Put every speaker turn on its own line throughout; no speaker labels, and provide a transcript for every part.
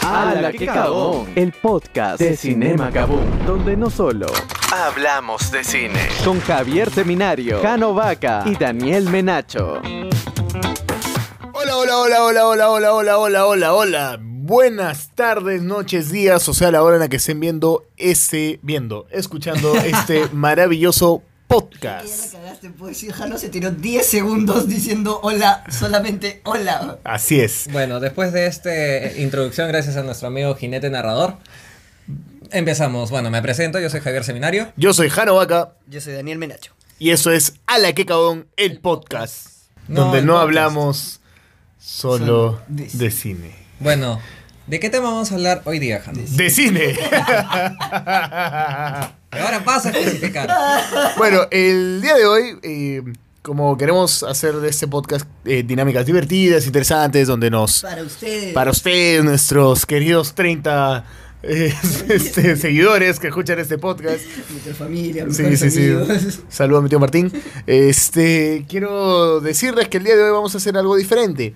¡Hala, qué cabón!
El podcast de Cinema Cabum, donde no solo
Hablamos de cine.
con Javier Seminario, Cano Vaca y Daniel Menacho.
Hola, hola, hola, hola, hola, hola, hola, hola, hola, hola. Buenas tardes, noches, días, o sea, la hora en la que estén viendo este, viendo, escuchando este maravilloso
Ya
podcast.
la cagaste, pues Jano se tiró 10 segundos diciendo hola, solamente hola.
Así es.
Bueno, después de esta introducción, gracias a nuestro amigo jinete narrador, empezamos. Bueno, me presento, yo soy Javier Seminario.
Yo soy Jano Vaca
Yo soy Daniel Menacho.
y eso es A la que cabón, el podcast,
No,
donde
el
no
podcast.
hablamos solo
Solo de
de cine.
Bueno, ¿de qué tema vamos a hablar hoy día, Jano?
De cine.
Ahora vas a justificar.
Bueno, el día de hoy, eh, como queremos hacer de este podcast eh, dinámicas divertidas, interesantes, donde nos
Para ustedes.
Para ustedes, nuestros queridos 30 eh, este, seguidores que escuchan este podcast.
Nuestra familia,
Sí, sí, sí. Saludos a mi tío Martín. Este, quiero decirles que el día de hoy vamos a hacer algo diferente.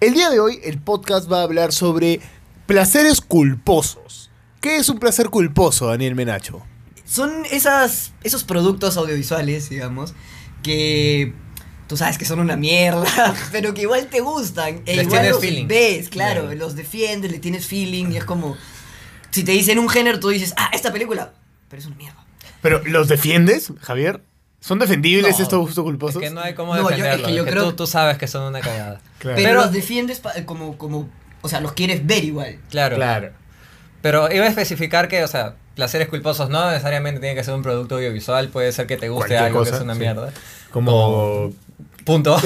El día de hoy el podcast va a hablar sobre placeres culposos. ¿Qué es un placer culposo, Daniel Menacho?
Son esas, esos productos audiovisuales, digamos, que tú sabes que son una mierda, pero que igual te gustan. E
Les
igual
tienes
los
feeling.
ves, claro,
Claro.
los defiendes, le tienes feeling y es como... Si te dicen un género, tú dices, ah, esta película, pero es una mierda.
Pero, ¿los defiendes, Javier? ¿Son defendibles
No,
estos gustos
Es
culposos?
que no hay cómo
No, yo- es que
defenderlo.
yo
es que
creo-
tú, tú sabes que son una cagada.
Claro.
Pero,
Pero-
los defiendes pa- como, como, o sea, los quieres ver igual.
Claro.
Claro.
Pero iba a especificar que, o sea, placeres culposos no necesariamente tiene que ser un producto audiovisual, puede ser que te guste
Cualquier
algo
cosa,
que es una
sí.
mierda.
Como...
Punto.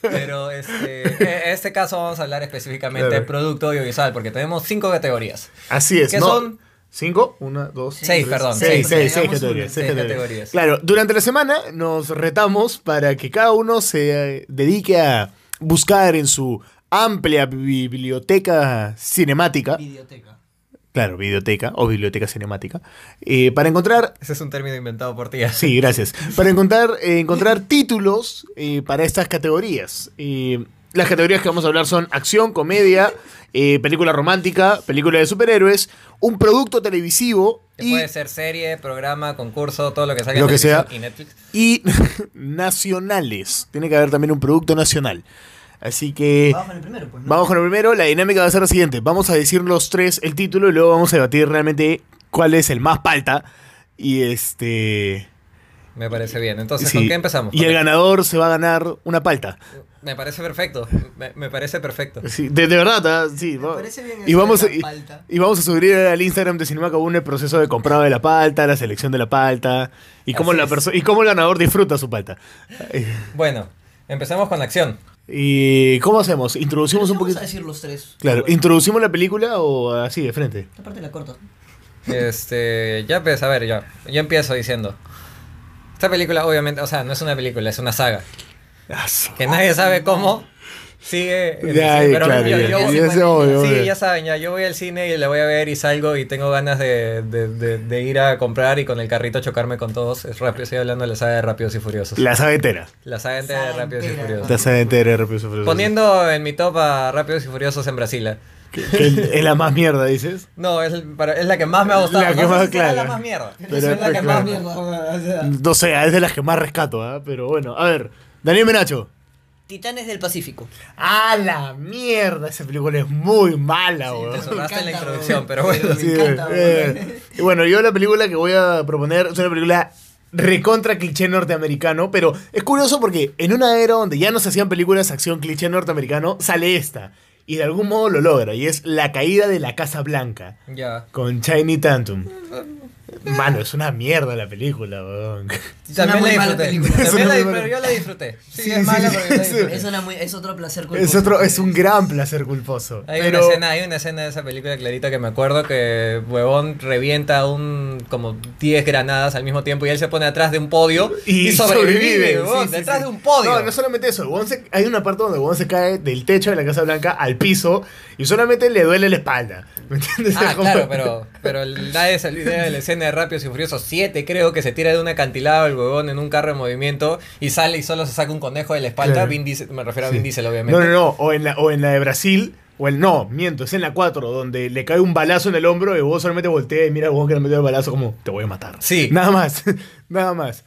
Pero este, en este caso vamos a hablar específicamente
Claro.
de producto audiovisual, porque tenemos cinco categorías.
Así es,
¿Qué
¿no?
son?
¿Cinco? Una, dos,
Seis,
tres,
perdón,
Seis,
seis,
seis, seis
porque digamos
categorías, seis
una-
seis
categorías.
categorías.
Claro, durante la semana nos retamos para que cada uno se eh, dedique a buscar en su amplia biblioteca cinemática,
Videoteca.
claro, biblioteca o biblioteca cinemática, eh, para encontrar
Ese es un término inventado por ti.
Sí, gracias. Para encontrar, eh, encontrar títulos eh, para estas categorías. Eh, las categorías que vamos a hablar son acción, comedia, eh, película romántica, película de superhéroes, un producto televisivo
Que
y,
puede ser serie, programa, concurso, todo lo que salga
Lo
en
que
televisión
sea.
y Netflix.
y nacionales. Tiene que haber también un producto nacional. Así
Ah,
que
Vamos con el primero, pues. ¿no?
vamos con lo primero. La dinámica va a ser la siguiente. Vamos a decir los tres el título y luego vamos a debatir realmente cuál es el más palta. Y este...
Me parece bien. Entonces,
sí.
¿con qué empezamos?
Y el
Con-
ganador se va a ganar una palta.
Me parece perfecto. Me, me parece perfecto.
Sí, de, de verdad, ah, sí. va-
parece bien
y,
eso
vamos,
de
a-
la
y,
palta.
y vamos a subir al Instagram de Cinema Cabún el proceso de comprado de la palta, la selección de la palta y cómo,
Así
la
es.
perso- y cómo el ganador disfruta su palta.
Bueno, empezamos con acción.
¿Y cómo hacemos?
Pero
¿Introducimos
sí
un
vamos
poquito?
a decir los tres.
Claro,
Bueno,
¿introducimos la película o así de frente?
esta parte la corto.
Este, ya pues, a ver, yo, yo empiezo diciendo. Esta película, obviamente, o sea, no es una película, es una saga.
Ah, su-
Que nadie sabe cómo sigue. en el
Ya,
cine,
ya, claro, ya,
ya,
voy-
ya sé, obvio,
Sí,
obvio.
ya saben, ya yo voy al cine y la voy a ver y salgo y tengo ganas de, de- de- de ir a comprar y con el carrito chocarme con todos. Es rápido, estoy hablando de la saga de Rápidos y Furiosos. La,
La sabe entera.
saga entera de
Saga
Rápidos y
entera.
La
Furiosos.
sabe entera de Rápidos y Furiosos.
Poniendo en mi top a Rápidos y Furiosos en Brasil. ¿eh?
Que- que es la más mierda, dices.
No, es, el- para- es la que más me ha gustado.
La que
no sé
más,
si será
claro.
la más mierda.
Pero
es la
pues,
que
claro.
más mierda.
No sé, es de las que más rescato, ah, pero bueno. A ver, Daniel Menacho.
Titanes del Pacífico.
¡A la mierda! Esa película es muy mala,
Te
weón.
sonaste en la
encanta,
introducción,
weón.
pero bueno.
Pero- Me
Sí,
encanta,
eh,
weón.
y bueno, yo la película que voy a proponer es una película recontra cliché norteamericano, pero es curioso porque en una era donde ya no se hacían películas de acción cliché norteamericano, sale esta. Y de algún modo lo logra, y es La caída de la Casa Blanca,
Ya.
con Chiny Tantum. Mano, es una mierda la película, weón.
Es una
También
muy
la
mala
disfruté.
película.
Es
También
una muy
la disfruté.
mala-
Yo la disfruté. Sí,
Sí,
es
sí,
mala,
sí,
pero yo la
sí.
disfruté.
Es, una muy- es otro placer culposo.
Es, otro, es un gran placer culposo.
Hay,
pero-
una escena, hay una escena de esa película clarita que me acuerdo que huevón revienta un como 10 granadas al mismo tiempo y él se pone atrás de un podio y, sobrevive, huevón,
sí, sí,
detrás
sí.
de un podio.
No, no solamente eso. huevón se- hay una parte donde Won se cae del techo de la Casa Blanca al piso y solamente le duele la espalda. ¿Me entiendes?
Ah,
Es como-
claro, pero, pero nadie se olvida de la escena escena de Rápidos y Furiosos 7, creo que se tira de un acantilado el huevón en un carro en movimiento y sale y solo se saca un conejo de la espalda.
Claro.
Vin Diesel- me refiero a
Sí.
Vin Diesel, obviamente.
No, no, no. O en, la, o en la de Brasil. O el no, miento, es en la 4, donde le cae un balazo en el hombro y vos solamente volteas y mira al huevón que le metió el balazo como, te voy a matar.
Sí.
Nada más, nada más.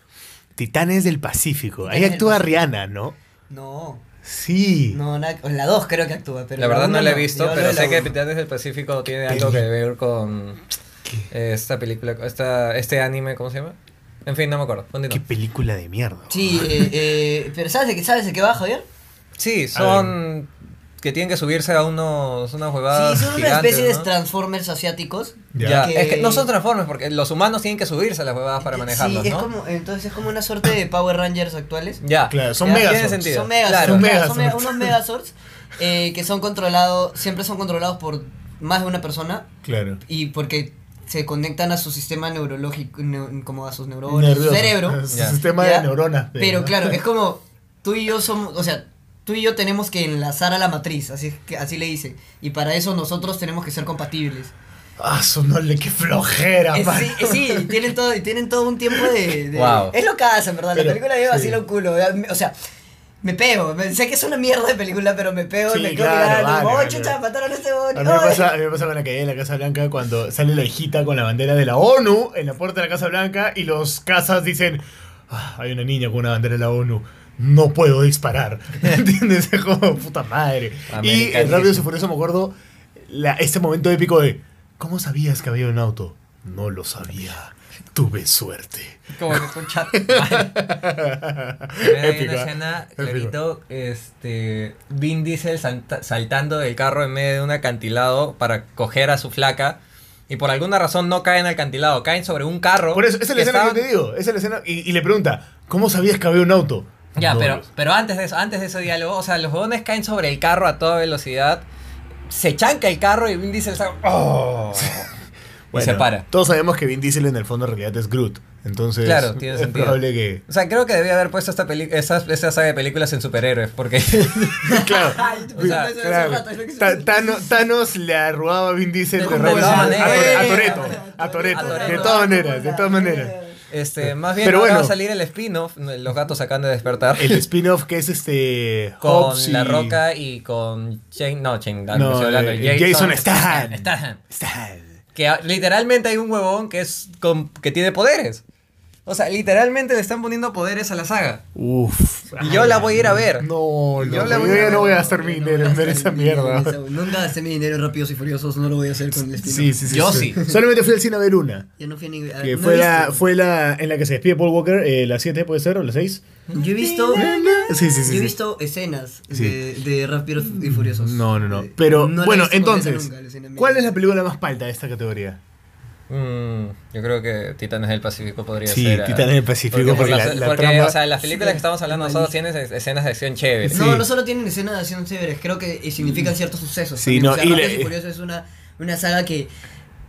Titanes del Pacífico. Ahí
Titanes del
actúa
Pacífico.
Rihanna, ¿no?
No,
Sí.
no, la, en la 2 creo que actúa, pero
la verdad
uno
no la he visto,
Yo hablo
pero
de la
sé que
uno.
Titanes del Pacífico tiene algo que ver con esta película, esta, este anime, ¿cómo se llama? En fin, no me acuerdo. Continúa.
Qué película de mierda.
Sí, eh, eh, pero ¿sabes de qué, sabes de qué va, Javier?
Sí, son que tienen que subirse a unos unas
Sí,
huevadas
son una
gigantes,
especie
¿no?
de Transformers asiáticos.
Ya.
Ya,
que-
es que no son transformes porque los humanos tienen que subirse a las huevadas para
Eh,
manejarlos,
sí,
¿no?
es como, entonces es como una suerte de Power Rangers actuales.
Ya.
Claro, son
Ya,
Megazords.
Tiene sentido.
Son Megazords,
Claro.
Son
claro,
Megazords.
son mega- unos Megazords eh, que son controlados, siempre son controlados por más de una persona
Claro.
y porque se conectan a su sistema neurológico, neu- como a sus neuronas, su
Nervioso.
cerebro.
Es un
Ya.
sistema
¿ya?
de neuronas.
Pero
¿no?
claro, es como tú y yo somos, o sea, tú y yo tenemos que enlazar a la matriz, así es que así le dicen. Y para eso nosotros tenemos que ser compatibles.
Ah, sonole, qué flojera,
Eh,
man.
sí, eh, sí, y tienen todo, y tienen todo un tiempo de. de-
Wow.
Es lo que en verdad.
Pero,
la película lleva así
sí.
lo culo. ¿verdad? O sea, me pego. me- Sé que es una mierda de película, pero me pego
Sí,
y me quedo
claro,
mirando.
vale,
como, "Oh,
vale,
chucha,
vale.
mataron a este
A
boni,
mí, me
ay".
pasa, a mí me pasa con la caída de la Casa Blanca cuando sale la hijita con la bandera de la ONU en la puerta de la Casa Blanca y los casas dicen, "Ah, hay una niña con una bandera de la ONU, no puedo disparar. ¿Entiendes? Es como puta madre. Y en
Americanismo.
Rápido y Furioso me acuerdo la, ese momento épico de, ¿cómo sabías que había un auto? No lo sabía. Tuve suerte.
Como que es un chat. Hay
Épica.
una escena,
Épica.
clarito, este, Vin Diesel salta- saltando del carro en medio de un acantilado para coger a su flaca. Y por alguna razón no caen al acantilado, caen sobre un carro.
Por eso, esa es la escena
estaban-
que te digo. Esa es la escena. Y, y le pregunta, ¿cómo sabías que había un auto?
Ya,
No
pero,
lo sé.
pero antes de eso, antes de ese diálogo, o sea, los huevones caen sobre el carro a toda velocidad. Se chanca el carro y Vin Diesel saca- ¡Oh! y se
Bueno,
para.
Todos sabemos que Vin Diesel en el fondo en realidad es Groot. Entonces
Claro, tiene
es
sentido.
probable que...
O sea, creo que debía haber puesto esta peli esa, esa saga de películas en superhéroes, porque
claro.
tú pensaste eso hace
claro.
rato, es lo que se-
Ta- Tano- Thanos le arrobaba a Vin Diesel
De
de
alguna
Rápido y Furioso.
manera.
a,
eh.
Toreto. A
A
Toreto.
Toretto.
De todas maneras, de todas maneras.
eh.
este, más bien
Pero
ahora va
bueno.
a salir el spin-off, Los gatos acaban de despertar,
El spin-off que es este...
con
Hobbs y-
La Roca y con Jane, no, Jane, no,
No,
estoy hablando,
eh, Jason Statham.
Statham.
Stan.
Que ah, literalmente hay un huevón que, es con- que tiene poderes. O sea, literalmente le están poniendo poderes a la saga.
Uf.
Y yo la voy a ir a ver.
No, no,
Yo la voy
yo
a-
ya no voy a gastar mi
No
dinero en ver
gasté
esa
mi dinero en
mierda.
esa- Nunca gasté mi dinero en rápidos y furiosos. No lo voy a hacer con el espino.
Sí, sí, sí.
Yo sí.
Solamente fui al cine a ver una.
Yo no fui ni. a-
Que
Ah, no
fue,
he
la,
visto.
fue la en la que se despide Paul Walker, eh, la 7 puede ser, o la 6.
Yo he visto.
Sí, sí, sí,
Yo he
sí.
visto escenas
Sí.
de, de rápidos y furiosos.
No, no, no.
Eh,
Pero
no la he
bueno,
visto completa
entonces,
nunca, alucinadamente.
¿cuál es la película más palta de esta categoría?
Mm, yo creo que Titanes del Pacífico podría
Sí,
ser. ah,
Titanes del Pacífico,
Porque,
porque
las-
la- la
porque,
trama-
o sea, las películas que estamos hablando nosotros tienen es- escenas de acción chéveres.
Sí. Mm.
No, no solo tienen escenas de acción severas, creo que eh, significan ciertos sucesos.
Sí,
también.
no,
o sea,
y
Rápidos
le-
y Furiosos es una, una saga que.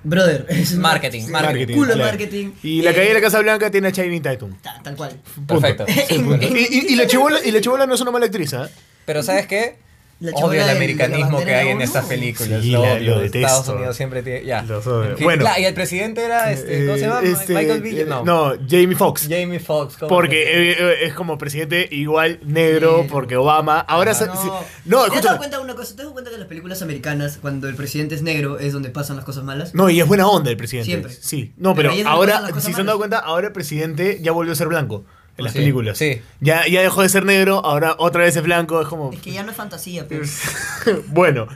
Brother, es una-
Marketing,
sí,
marketing,
Culo
claro.
marketing.
Y la
eh,
caída de la Casa Blanca tiene a Channing Tatum.
ta- tal cual.
Punto.
Perfecto.
Sí, punto. y, y- y la chibola, y la chibola no es una mala actriz, ¿ah?
Pero ¿sabes qué?
La chabola
odio el
de- de la
americanismo
bandera
que hay en
no.
estas películas.
Sí,
lo
la-
odio.
lo detesto.
Estados Unidos siempre tiene. Ya.
Los odio.
En fin,
Bueno.
claro, y el presidente
Ah,
era. Este, ¿Cómo se llama?
Eh, este,
Michael B.
eh,
no.
No, Jamie Foxx.
Jamie Foxx. ¿cómo
Porque
se llama?
eh, eh, es como presidente igual negro,
Negro.
porque Obama. Ahora. sa-
no.
sí- No,
Ah, ¿Te has dado
escúchame.
cuenta de una cosa? ¿Te has dado cuenta que en las películas americanas, cuando el presidente es negro, es donde pasan las cosas malas?
No, y es buena onda el presidente.
Siempre.
Sí. No, pero,
Pero ahí es donde pasan
ahora,
las cosas
si se han
malas.
dado cuenta, ahora el presidente ya volvió a ser blanco en las
Sí,
películas.
sí.
Ya, ya dejó de ser negro, ahora otra vez es blanco. Es como.
Es que ya no es fantasía, pues, pero.
bueno.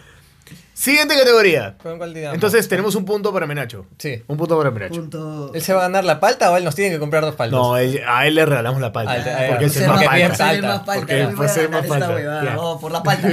Siguiente categoría.
¿Con cuál digamos?
Entonces tenemos un punto para Menacho.
Sí.
Un punto para Menacho.
Punto.
¿Él se va a ganar la palta o él nos tiene que comprar dos paltas?
No, él- a él le regalamos la
Ah,
palta.
ya, ya.
porque él se
Porque
llama
es bien
palta.
sal-
ser más palta.
Porque
voy
por
a
ser
ganar
más
esta
palta,
huevada.
ya.
Oh, por la palta.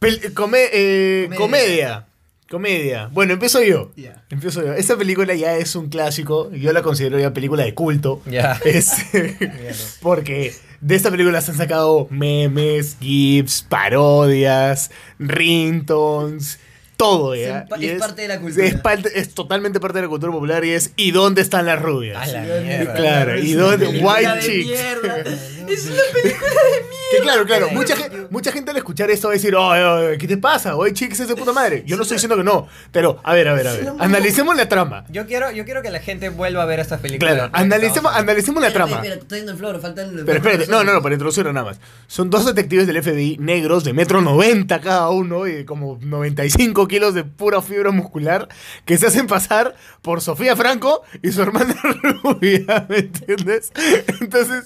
Pel- come- eh,
Comedia.
comedia. Comedia. Bueno, empiezo yo.
Ya.
Empiezo yo. Esta película ya es un clásico. Yo la considero ya película de culto.
Ya.
Es- porque de esta película se han sacado memes, gifs, parodias, ringtones, todo ya.
Es pa-
Y
es parte de la cultura.
Es, parte- es totalmente parte de la cultura popular y es ¿y dónde están las rubias?
A la
Y
mierda.
Claro, y
Es una
dónde
película
White
de
Chicks.
mierda. Es una película de mierda.
Que claro, claro. Mucha, gen- mucha gente al escuchar esto va a decir, oye, oye, ¿qué te pasa? Oye, chicos, es de puta madre. Yo no estoy diciendo que no. Pero, a ver, a ver, a ver. Analicemos la trama.
Yo quiero, yo quiero que la gente vuelva a ver estas películas.
Claro, analicemos, analicemos la trama.
Espera, estoy yendo el flor, faltan.
Pero espérate, no, no, no, para introducirlo nada más. Son dos detectives del FBI negros de metro 90 cada uno y de como 95 kilos de pura fibra muscular que se hacen pasar por Sofía Franco y su hermana rubia, ¿me entiendes? Entonces,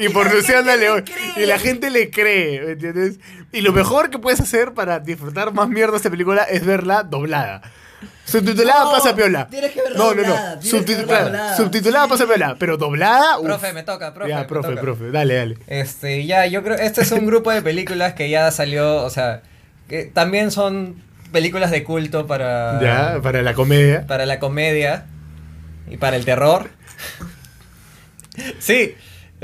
y por Luciana León. Y la gente le cree, ¿me entiendes? Y lo mejor que puedes hacer para disfrutar más mierda esta película es verla doblada. Subtitulada
No,
pasa piola.
tienes que verla
no, no, no.
doblada, tienes que verla
Subtitulada,
doblada.
subtitulada pasa piola, pero doblada. uf.
Profe, me toca, profe.
ya,
me
profe,
toca.
profe, dale, dale.
Este, ya, yo creo, este es un grupo de películas que ya salió, o sea, que también son películas de culto para,
Ya, para la comedia.
para la comedia y para el terror. Sí,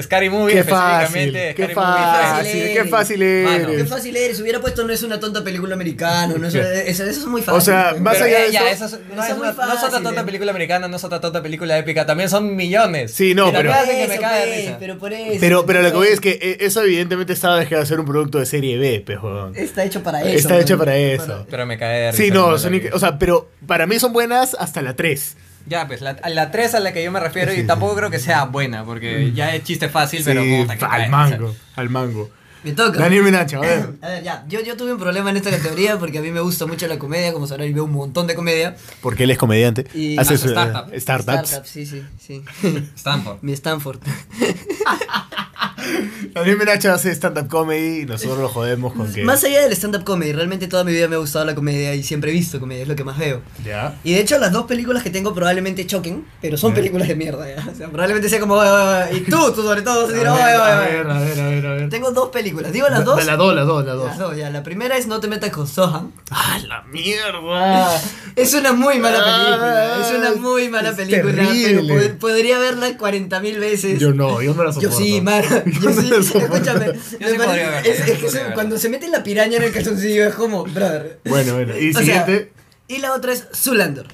Scary Movie
Qué fácil,
específicamente.
qué
Scary Movie tres.
fácil, Ah, qué fácil
Mano,
Qué
eres.
fácil eres. Hubiera puesto no es una tonta película americana. No es-
Claro.
eso, eso es muy fácil.
O sea, más
Pero,
allá
eh,
de
ya,
eso-
eso es-
Eso
no, es
es
una-
muy
no es otra
fácil,
tonta
eh.
película americana, no es otra tonta película épica, también son millones.
Sí, no,
Y también
pero-
hacen que me
Eso,
cague de
pues,
risa.
Pero por eso.
Pero, pero lo que voy es que eh, eso evidentemente estaba dejado de ser un producto de serie B, pejón.
Está hecho para eso.
Está hecho
mano.
para eso.
Pero me cae de Eh, risa.
Sí,
cuando
no,
la
son
vi.
inc- o sea, pero para mí son buenas hasta la 3.
Ya, pues, la, a la 3 a la que yo me refiero y tampoco creo que sea buena, porque ya es chiste fácil, pero
Mm. Sí,
puta, que cae,
al mango, al mango.
Me toca.
Daniel Minacho, a ver.
A ver, ya, yo, yo tuve un problema en esta categoría porque a mí me gusta mucho la comedia, como sabrán, yo veo un montón de comedia.
Porque él es comediante.
Y-
hace
Ah,
su-
startup.
eh, startups.
Startup, sí, sí, sí.
o sea, Stanford.
Mi Stanford.
Daniel Minacho hace stand-up comedy y nosotros lo jodemos con que.
Más allá del stand-up comedy, realmente toda mi vida me ha gustado la comedia y siempre he visto comedia, es lo que más veo.
Ya.
Y de hecho las dos películas que tengo probablemente choquen, pero son películas de mierda. ¿ya? O sea, probablemente sea como... "Oye, oye, oye", Y tú, tú sobre todo, vas a decir,
A ver,
"Oye, oye,
a
oye".
ver, a ver, a ver, a ver.
Tengo dos películas, digo las dos.
La- La dos, la dos, la dos.
Las dos, ya. La primera es No te metas con Sohan.
¡Ah, la mierda!
Es una muy mala película.
Ah,
es una muy mala
es
película.
terrible.
Pero pod- podría verla 40.000 veces.
Yo no, yo no la
Yo
soporto.
sí, man. Yo
no
sí,
la soporto.
escúchame.
Yo
me
sí
parece-
podría verla,
es,
yo
es
sí
que
podría
eso-
verla.
cuando se mete la piraña en el calzoncillo es como, brother.
Bueno, bueno. Y
O sea,
siguiente.
y la otra es Zulander.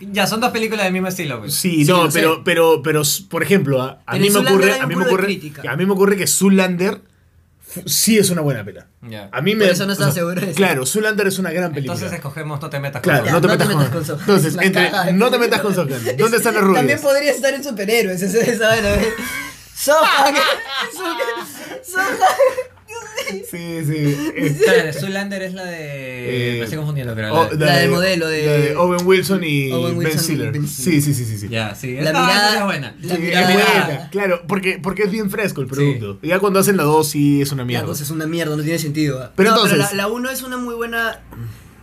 Ya, son dos películas del mismo estilo, pues.
Sí,
sí,
no,
lo sé.
pero, pero, pero, s- por ejemplo, a, a
Pero
mí
en
me
Zoolander
ocurre,
hay
a mí
un
me
culo de
ocurre,
crítica.
a mí me ocurre que Zulander sí es una buena pela.
Ya.
A mí
Por
me,
eso no estaba seguro de eso.
Claro, Zulander es una gran película.
Entonces escogemos No te metas con
claro,
Sohan.
no te
Ya,
metas con,
Sohan.
Entonces,
La
entre
cagada de
no te
película.
metas con Sohan. ¿Dónde están los rubios?
También podría estar en superhéroes, esa es esa vaina. ¿eh? ¿ves? Sohan. Sohan. Sohan.
Sí, sí. es-
Claro, Zoolander es la de...
Eh,
me estoy confundiendo, pero...
o-
la de-
la del modelo de-
la Owen Wilson y Ben
Owen Wilson y
Stiller.
Ben
Sí,
Stiller.
sí, sí, sí, sí.
Ya, sí.
La
esta-
mirada-
esa es buena.
la
Sí,
mirada.
es buena, claro, porque, porque es bien fresco el producto. Ya cuando hacen la 2 sí es una
La
mierda.
dos es una mierda, no tiene sentido. ¿ah?
Pero
No,
entonces-
la- la 1 es una muy buena.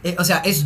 eh, o sea, es.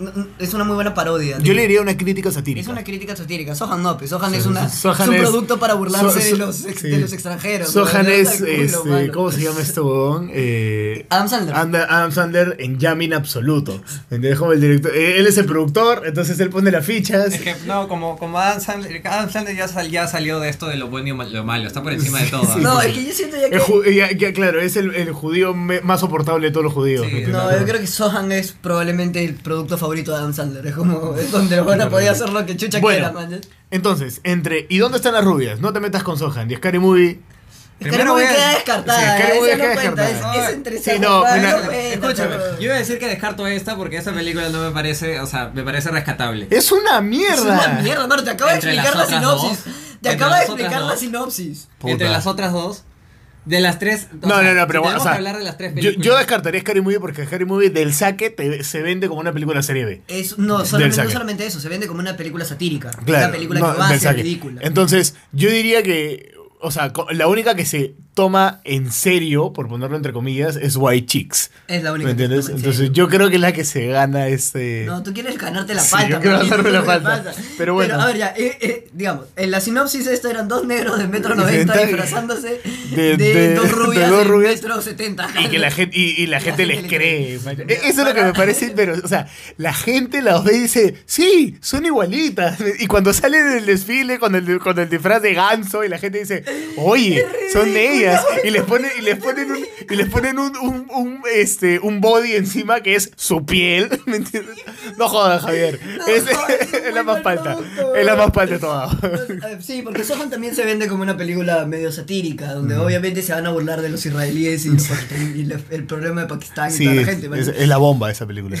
n- n- Es una muy buena parodia.
Yo
de-
le diría una crítica satírica.
Es una crítica satírica. Sohan no, pues Sohan es,
Sí,
una,
Sohan
es un
es-
producto para burlarse
So-
de,
so-
los, ex-
sí.
de los extranjeros.
Sohan
¿no?
es,
Culo,
este,
mano.
¿cómo se llama este huevón? Eh,
Adam Sandler.
Anda- Adam Sandler en Yamin absoluto. ¿Entendés? Como el director. eh, Él es el productor, entonces él pone las fichas.
Es que, no, como, como Adam Sandler, Adam Sandler ya, sal- ya salió de esto de lo bueno y mal- lo malo, está por encima de todo. ¿ah?
no, es que yo siento ya que.
El ju- eh, ya- ya, claro, es el, el judío me- más soportable de todos los judíos.
Sí.
¿me entiendes?
No, yo creo que Sohan es probablemente el producto favorito de Adam Sandler. Es como. Es donde van a poder hacer lo que chucha
Bueno.
quiera, man.
Entonces, entre ¿Y dónde están las rubias? No te metas con Sohan. Y Scary Movie.
Scary Movie
voy a-
queda descartada.
Sí, Scary Movie
esa no
queda
cuenta.
descartada.
Es, es entre
Sí, no,
Sohan,
mira,
no cuenta,
Escúchame,
pero-
yo iba a decir que descarto esta porque esta película no me parece, o sea, me parece rescatable.
Es una mierda.
Es una mierda, hermano. Te acabo de
Entre
explicar la
las otras
sinopsis.
dos.
Te
Entre
acabo de
las otras
explicar la
dos.
sinopsis.
Entre
Puta.
las otras dos, de las tres. o
No,
sea,
no, no, pero bueno,
si tenemos
o sea,
que hablar de las tres
yo,
películas.
yo descartaría Scary Movie porque Scary Movie del saque te- se vende como una película serie B.
Es, no,
Del
solamente,
saque.
no solamente eso, se vende como una película satírica.
Claro.
una película
no,
que va a
del
ser
saque.
ridícula.
Entonces, yo diría que, o sea, co- la única que se toma en serio, por ponerlo entre comillas, es White Chicks.
es la única.
¿Me
que se
entiendes?
toma en
Entonces,
serio.
yo creo que es la que se gana este.
No, tú quieres ganarte la
Sí,
falta.
yo quiero
maldito,
ganarme la
tú te
falta.
pasas.
Pero bueno.
a ver, ya, eh, eh, digamos, en la sinopsis de esto eran dos negros de metro 90
De-
disfrazándose
de-
de,
de-
dos rubias
de
de,
dos rubias.
metro 70.
Y que la gente, y, y la
La
gente
gente
les
le
cree.
cree.
macho. E- Eso es lo que me parece, pero, o sea, la gente las ve y dice, sí, son igualitas. Y cuando salen del desfile con el, con el disfraz de ganso y la gente dice, oye, son días y les ponen, y les ponen, un, y les ponen un, un- un, este, un body encima que es su piel. ¿Me entiendes? No jodas, Javier. Es,
es un
es la más
muy mal
palta.
producto.
Es la más palta de todas.
Eh, Sí, porque Sohan también se vende como una película medio satírica,
Mm.
donde obviamente se van a burlar de los israelíes y, los pakistan- y la- el problema de Pakistán y
Sí,
toda la
es,
gente. ¿vale?
es- es la bomba esa película.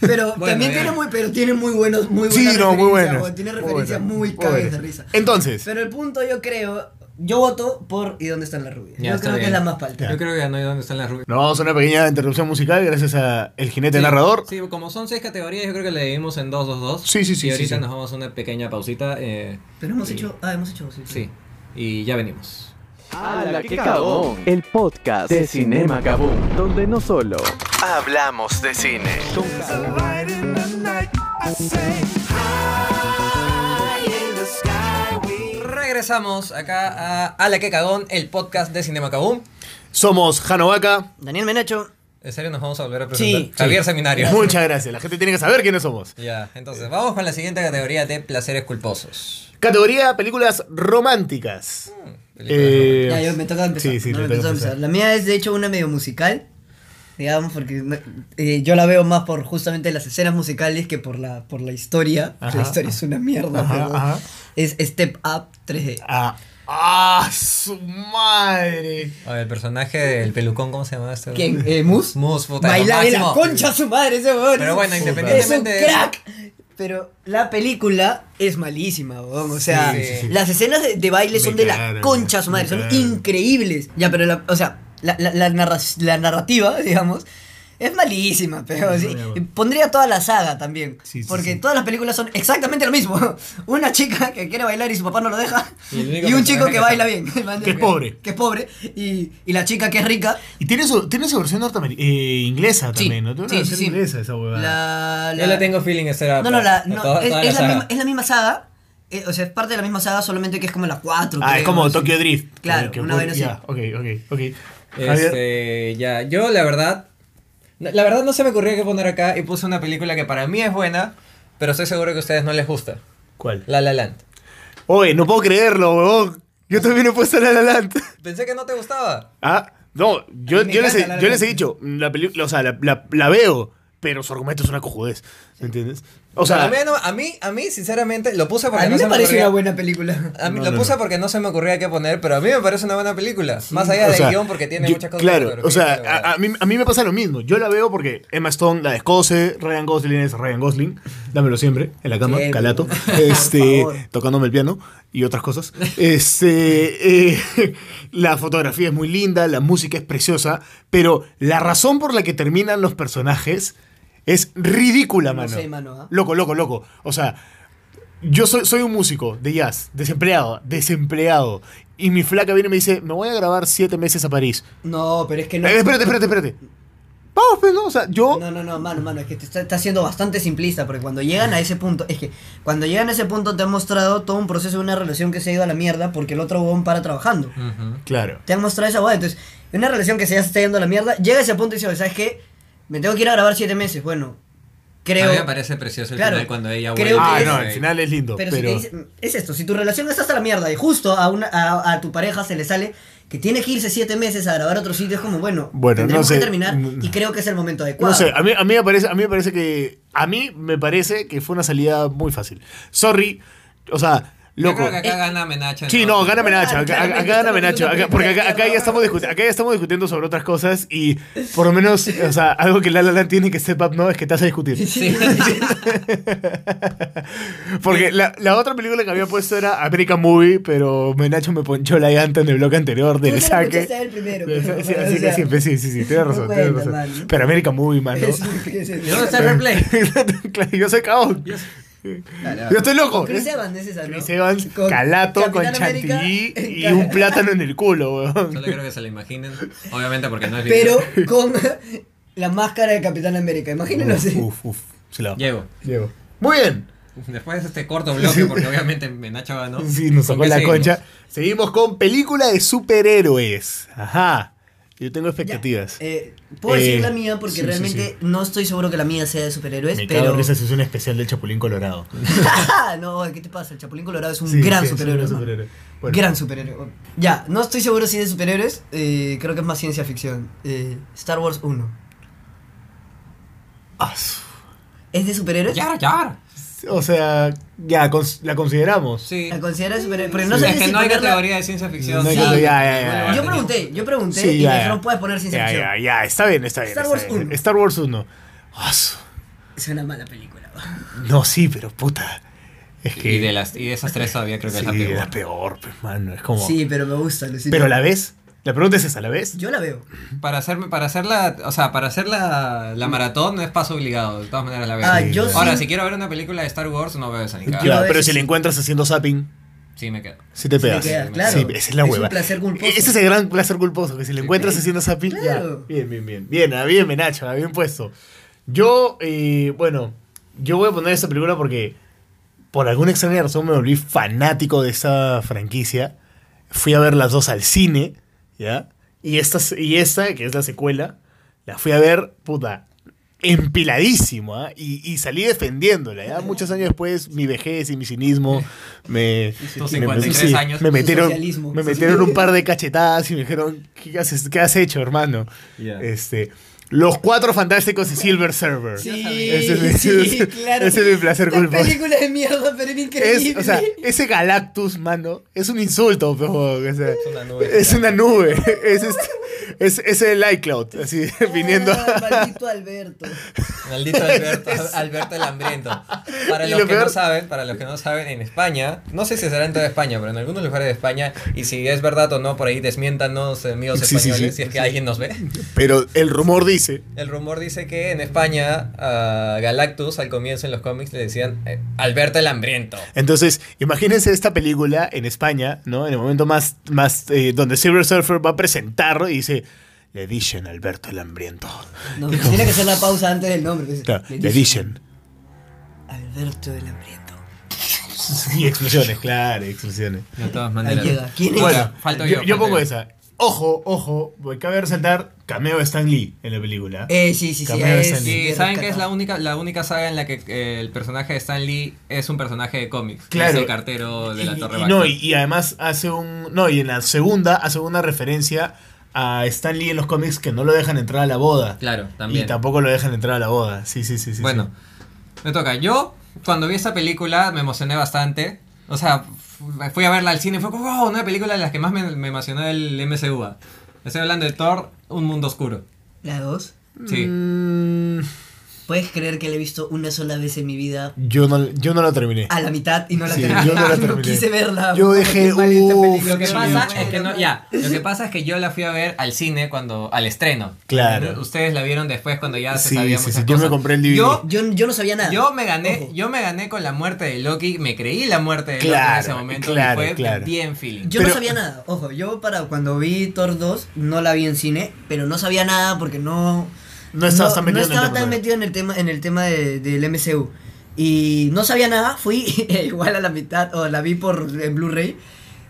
Pero
Bueno,
también
ya.
tiene muy, pero tiene muy buenos, muy buenas
Sí, no, muy
referencias,
buenas.
weón, Tiene
Muy
referencias
buenas,
muy,
muy
cagas de
buenas.
risa.
Entonces,
Pero el punto yo creo, yo voto por ¿Y dónde están las rubias?
Ya,
yo
está
creo que
bien.
es la más falta.
Yo creo que ya no hay dónde están las rubias.
nos vamos a una pequeña interrupción musical gracias a El Jinete
Sí,
Narrador.
Sí, como son seis categorías, yo creo que le dividimos en dos, dos, dos.
Sí, sí, sí,
Y ahorita
sí, sí.
nos vamos a una pequeña pausita. eh,
Pero hemos
Sí.
hecho, ah, hemos hecho, sí.
sí, y ya venimos.
¡Hala, qué cagón! El podcast de Cinema Kaboom, donde no solo
Hablamos de cine.
Regresamos acá a A la que cagón, el podcast de Cinema Kaboom.
Somos Hanovaca.
Daniel Menacho.
En serio nos vamos a volver a presentar.
Sí.
Javier Seminario.
Muchas gracias. La gente tiene que saber quiénes somos.
Ya, entonces vamos con la siguiente categoría de placeres culposos.
Categoría películas románticas.
Ah, películas
Eh,
Ya, yo me toca empezar.
Sí, sí,
No,
te
me
toca
toca
empezar.
empezar. La mía es de hecho una medio musical, digamos, porque no- eh, yo la veo más por justamente las escenas musicales que por la, por la historia. que
Ajá.
La historia es una mierda,
Ajá,
pero
ajá.
es Step Up 3D.
Ah, ah, su madre.
A ver, el personaje del pelucón, ¿cómo se llama este?
¿Quién? Eh, ¿Mus?
Mus, puta,
Baila
lo
de la
máximo.
concha a su madre ese weón.
Pero bueno,
Es-
independientemente
Es un
de eso.
crack. Pero la película es malísima, weón. O sea,
Sí, sí, sí.
las escenas de, de baile
Me
son de la
cagan,
concha a su madre.
me
Son
cagan.
increíbles. Ya, pero la, o sea, la, la- la narra- la narrativa, digamos. Es malísima, pero sí. Pondría toda la saga también.
Sí, sí,
porque
sí.
todas las películas son exactamente lo mismo. Una chica que quiere bailar y su papá no lo deja.
Y
Y,
el único
un
personaje
chico que,
que
baila
sabe.
bien.
Que es pobre.
Que es pobre. Y, y la chica que es rica
Y tiene su, tiene su versión norteamericana, inglesa
Sí,
también, ¿no? Tiene
sí,
una
sí,
versión
sí.
inglesa esa huevada.
La,
Yo le tengo feeling a esta.
No, no, la, no,
Ah, toda-
es,
toda
es la
saga.
misma, es la misma saga. eh, o sea, es parte de la misma saga, solamente que es como la 4.
ah, es como Tokyo Drift.
Claro,
Que- que
una
fue-
vaina así.
ya, Ok, ok, ok. Javier,
Este, ya, yo la verdad, la verdad no se me ocurría qué poner acá y puse una película que para mí es buena, pero estoy seguro que a ustedes no les gusta.
¿Cuál?
La La Land.
Oye, no puedo creerlo, huevón. Yo también he puesto la la Land.
Pensé que no te gustaba.
Ah, no, yo,
A mí me
yo, les, he,
encanta La La
yo les he
Land.
dicho, la película, o sea, la, la- la veo, pero su argumento es una cojudez, ¿me entiendes? O sea,
a, mí, no- a mí, a mí, sinceramente, lo puse porque
A mí
no se
me parece
ocurría-
una buena película.
A mí
No,
lo
no,
puse
no.
porque no se me ocurría qué poner, pero a mí me parece una buena película. Más allá
o
del
sea,
guión, porque tiene
yo-
muchas cosas. de
Claro,
biografía
o sea,
y
a, a mí, a mí me pasa lo mismo. Yo la veo porque Emma Stone la descoce, Ryan Gosling es Ryan Gosling, dámelo siempre, en la cama,
Qué
calato,
bueno.
este,
Por favor.
tocándome el piano y otras cosas. Este, eh, la fotografía es muy linda, la música es preciosa, pero la razón por la que terminan los personajes es ridícula,
No
mano.
sé, mano, ¿ah?
Loco, loco, loco. O sea, yo soy, soy un músico de jazz, desempleado, desempleado. Y mi flaca viene y me dice, me voy a grabar siete meses a París.
No, pero es que no.
Eh, espérate, espérate, espérate. Vamos, pues, no, o sea, yo...
No, no, no, mano, mano, es que te está, está siendo bastante simplista, porque cuando llegan a ese punto, es que cuando llegan a ese punto te han mostrado todo un proceso de una relación que se ha ido a la mierda porque el otro huevón para trabajando.
Ujú.
Claro.
Te han mostrado esa hueá, entonces, una relación que se ya se está yendo a la mierda, llega a ese punto y dice, "Oye, ¿sabes qué? Me tengo que ir a grabar siete meses, bueno, creo...
A mí me parece precioso el
Claro.
final cuando ella
Creo
vuelve.
ah,
que
no,
Sí.
al final es lindo, pero...
Pero, si te dice- es esto, si tu relación está hasta la mierda y justo a, una, a, a tu pareja se le sale que tiene que irse siete meses a grabar a otro sitio, es como, bueno,
Bueno,
tendremos
no sé.
que terminar
Mm.
y creo que es el momento adecuado.
No sé, a mí, a, mí me parece, a mí me parece que... A mí me parece que fue una salida muy fácil. Sorry, o sea,
Yo
loco...
creo que acá gana Menacha.
Sí, no, gana Menacho. Acá,
claramente
acá gana
estamos
Menacho.
viendo
acá-
películas
porque acá,
de
acá ya
terror.
estamos discutiendo, acá ya estamos discutiendo sobre otras cosas y por lo menos, o sea, algo que la la Land tiene que step up, ¿no? Es que te hace discutir.
Sí.
Porque la, la otra película que había puesto era American Movie, pero Menacho me ponchó la llanta en el bloque anterior
Tú
del
te la
saque.
escuchaste a él primero,
Sí,
pero,
sí,
o
así que
sea,
siempre, sí, sí, sí, tienes
no
razón,
cuenta,
tienes razón.
man, ¿no?
Pero American Movie, mano.
Es- es- es-
¿Y dónde está el replay?
Claro, yo soy cabrón. Yo estoy loco.
Con Chris Evans es esa, ¿no?
¿eh? Chris Evans,
Con
calato, con
Capitán América
chantilly
en
y
ca-
un plátano en el culo, weón.
Solo creo que se la imaginen. Obviamente porque no es
Pero
libre.
con la máscara de Capitán América, imagínenlo así.
Uf, uf, se la
Llego.
Llevo. Muy bien.
Después de este corto bloque, porque obviamente Menacho ganó.
Sí, nos sacó
¿Con qué
la
seguimos?
concha. Seguimos con película de superhéroes. Ajá. Yo tengo
Ya,
expectativas.
eh, puedo
Eh,
decir la mía porque
sí, sí,
realmente
sí.
no estoy seguro que la mía sea de superhéroes,
Me cago
pero.
en esa sesión especial del Chapulín Colorado.
no, ¿qué te pasa? El Chapulín Colorado es un
Sí,
gran
sí, es un
superhéroe.
gran
hermano.
superhéroe. Bueno.
Gran superhéroe. Ya, no estoy seguro si es de superhéroes. eh, creo que es más ciencia ficción. Eh, Star Wars 1.
Ah, su-
¿Es de superhéroes?
Yar, yar.
O sea, ya, cons- la consideramos.
Sí.
¿La consideras superhéroe? Porque no
O
Sí.
sea,
sé
es que
si
no hay
ponerla-
categoría de ciencia ficción.
No hay
Sí.
categoría, ya, ya, ya.
Yo pregunté, yo pregunté
Sí,
¿eh? y
ya,
me
ya.
dijeron, puedes poner ciencia
Ya,
ficción.
ya, ya, está bien, está bien.
Star
está
Wars
bien.
1.
Star Wars 1. Ah, su-
Es una mala película.
No, sí, pero puta. Es que.
Y de, las, y de esas tres todavía creo que
sí,
es la peor.
la peor, pues, mano. Es como.
Sí, pero me gusta, Lucito.
pero a la vez. La pregunta es esa, ¿a la vez?
Yo la veo.
Para hacer, para hacer la, o sea, para hacer la, la maratón no es paso obligado, de todas maneras la veo.
Ah,
yo
Ahora,
sí-
si quiero ver una película de Star Wars, no veo esa ni
Ya,
cagada.
a
pero
veces
si la
sí.
encuentras haciendo zapping,
Sí, me quedo.
si te
Sí,
pegas.
queda, claro.
Sí, esa es la
Es un
hueva.
placer culposo.
Ese es el gran placer culposo, que si la encuentras haciendo zapping, ya.
Claro.
Bien, bien, bien. Bien, ah, bien, Menacho, ah, bien puesto. Yo, eh, bueno, yo voy a poner esta película porque por alguna extraña razón me volví fanático de esa franquicia. Fui a ver las dos al cine, ¿ya? Y esta, y esta que es la secuela, la fui a ver, puta, empiladísimo, ¿ah? y, y salí defendiéndola, ¿ya? Muchos años después, mi vejez y mi cinismo me...
Tus
me-
53 años.
Me metieron,
Socialismo.
me metieron un par de cachetadas y me dijeron, ¿qué has, qué has hecho, hermano?
Ya.
Este, los cuatro fantásticos y Silver Server. Ese es mi- ese- ese es mi placer
Esta
culposo.
película de mierda, pero es increíble.
Es, o sea, ese Galactus, mano, es un insulto, pero, o sea, es
una nube.
una nube. Es, este- es- es el iCloud, así, viniendo.
Ah, maldito Alberto.
Maldito Alberto, Alberto el hambriento. Para
Y
los
lo
que
peor-
no saben, para los que no saben, en España, no sé si será en toda España, pero en algunos lugares de España, y si es verdad o no, por ahí desmiéntanos, eh, amigos
Sí, sí,
españoles,
sí.
si es que alguien nos ve.
Pero el rumor dice...
El rumor dice que en España a Galactus al comienzo en los cómics le decían eh, Alberto el hambriento.
Entonces, imagínense esta película en España, ¿no? En el momento más, más eh, donde Silver Surfer va a presentar y dice, le dicen Alberto el Hambriento.
No, tiene que ser una pausa antes del nombre. pues.
Claro,
Le
le
dije,
dicen.
Alberto el Hambriento.
Y explosiones, claro, explosiones.
De todas
Ahí llega. ¿Quién es?
Bueno,
falto
yo,
yo,
yo
falto
pongo
yo.
esa. Ojo, ojo, voy- cabe resaltar cameo de Stan Lee en la película.
Eh, sí, sí, sí.
Cameo
eh,
de
sí,
Stan Lee.
Y
bien
saben que es la
rescatado.
única, la única saga en la que eh, el personaje de Stan Lee es un personaje de cómics. que
Claro.
Es el cartero de la
Y-
Torre
y,
Baxter.
no, y, y además hace un. No, y en la segunda hace una referencia a Stan Lee en los cómics que no lo dejan entrar a la boda.
Claro, también.
Y tampoco lo dejan entrar a la boda. Sí, sí, sí. sí
bueno, me toca. Yo, cuando vi esta película, me emocioné bastante. O sea, fu- fui a verla al cine y fue como, wow, una película de las que más me, me emocionó el MCU. ah. Estoy hablando de Thor, Un Mundo Oscuro.
La dos.
Sí.
Mm,
¿Puedes creer que la he visto una sola vez en mi vida?
yo, no, yo no la terminé.
A la mitad y Ah, no la
Sí,
terminé.
yo no la
No
terminé.
quise verla.
Yo
Qué
dejé-
mal esta
uf,
película.
Lo que
Sí,
pasa
mucho.
es que no, ya, lo que pasa es que yo la fui a ver al cine cuando, al estreno.
Claro.
Ustedes la vieron después cuando ya se
Sí,
sabía
sí,
muchas
sí, yo me
cosas.
compré el DVD.
Yo
Yo, yo no sabía nada.
Yo me gané,
Ojo.
yo me gané con la muerte de Loki, me creí la muerte de Loki en
Claro,
ese momento
claro,
y fue
claro.
bien feeling.
Yo no
Pero-
sabía nada, ojo, yo para cuando vi Thor 2 no la vi en cine, pero no sabía nada porque no...
No estabas tan metido en el
estaba
tema,
tan
claro.
metido en el tema, en el tema de- del MCU. Y no sabía nada, fui e igual a la mitad, o la vi por en Blu-ray,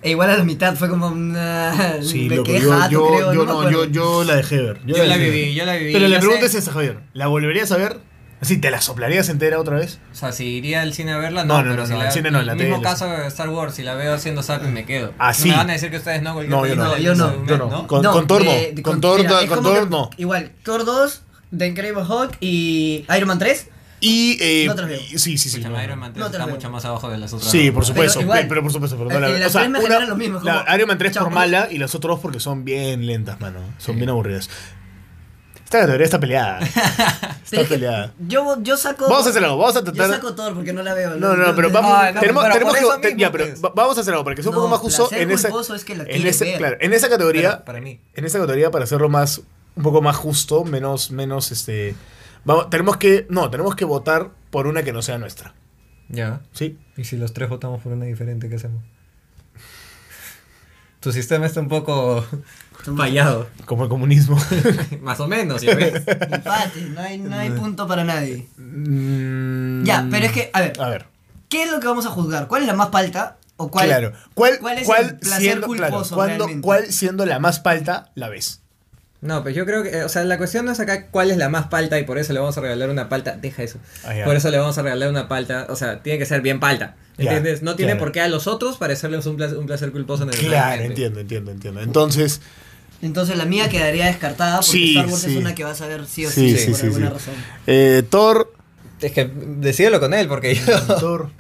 e igual a la mitad fue como una...
Sí,
me
loco,
quedé
yo,
jato,
yo-
creo,
yo
me
no,
acuerdo.
yo, yo la dejé ver.
Yo la
dejé
viví,
ver.
yo la viví,
Pero la
yo
pregunta
sé.
es esa, Javier. ¿La volverías a ver? Así, ¿te la soplarías entera otra vez?
O sea, si iría al cine a verla,
No, no,
no, pero
no,
si
no,
la,
al cine no, en la
mismo
tele.
caso de Star Wars, si la veo haciendo zapping me quedo.
Ah, sí.
No me van a decir que ustedes no, cualquier
No, yo
película
no,
de
yo no,
MCU,
yo no. Con-
No,
contorno,
eh, con-
contorno,
mira, es como que-
contorno.
Igual, Thor 2, The Incredible Hulk y Iron Man 3.
Y. eh,
No te la veo.
y- sí, sí, sí.
Escúchame,
no,
Iron Man 3
No te la
está
veo.
mucho más abajo de las otras.
Sí, por
¿no?
supuesto, pe- pero,
igual.
por supuesto, pero no
Eh,
la
y
veo.
las
O sea,
tres me
una-
generan lo mismo, es
la
como-
Iron Man 3
Chao,
por
pues.
mala y las otras dos porque son bien lentas, mano. Son bien aburridas. Esta categoría está peleada.
Pero
está
es que
peleada.
Yo, yo saco...
Vamos a hacer algo, vamos a tratar-
Yo saco Thor porque no la veo.
No, no, pero
la-
vamos,
Ah, no,
tenemos,
pero
tenemos
por
que,
eso
te-
mismo,
ya, pero
pues.
va- vamos a hacer algo para que sea un
No,
poco más justo
placer
en esa,
culposo es que la
en
quieres
esa,
ver.
claro, en esa categoría,
Pero para mí.
en esa categoría para hacerlo más un poco más justo, menos menos este, vamos, tenemos que no, tenemos que votar por una que no sea nuestra,
Ya.
sí.
¿Y si los tres votamos por una diferente, qué hacemos? Tu sistema está un poco fallado.
Como el comunismo.
más o menos, ¿ya ves?
Empate, no hay, no hay punto para nadie.
Mm,
Ya, pero es que, a ver,
a ver,
¿qué es lo que vamos a juzgar? ¿Cuál es la más palta? ¿O cuál?
claro, ¿cuál,
cuál es el placer
siendo, claro,
culposo
cuándo-
realmente?
cuál siendo la más palta la ves?
No, pues yo creo que, eh, o sea, la cuestión no es acá cuál es la más palta y por eso le vamos a regalar una palta. Deja eso.
Ah, ya.
Por eso le vamos a regalar una palta. O sea, tiene que ser bien palta.
Ya,
¿Entiendes? no tiene
claro.
por qué a los otros parecerles un placer, un placer culposo en el
Claro, entiendo, entiendo, entiendo. Entonces,
Entonces la mía quedaría descartada porque
Sí,
Star Wars
sí.
es una que vas a ver sí o
sí,
sí,
sí,
por
sí.
alguna
sí.
razón.
Eh, Thor.
Es que decídelo con él, porque yo.
Thor.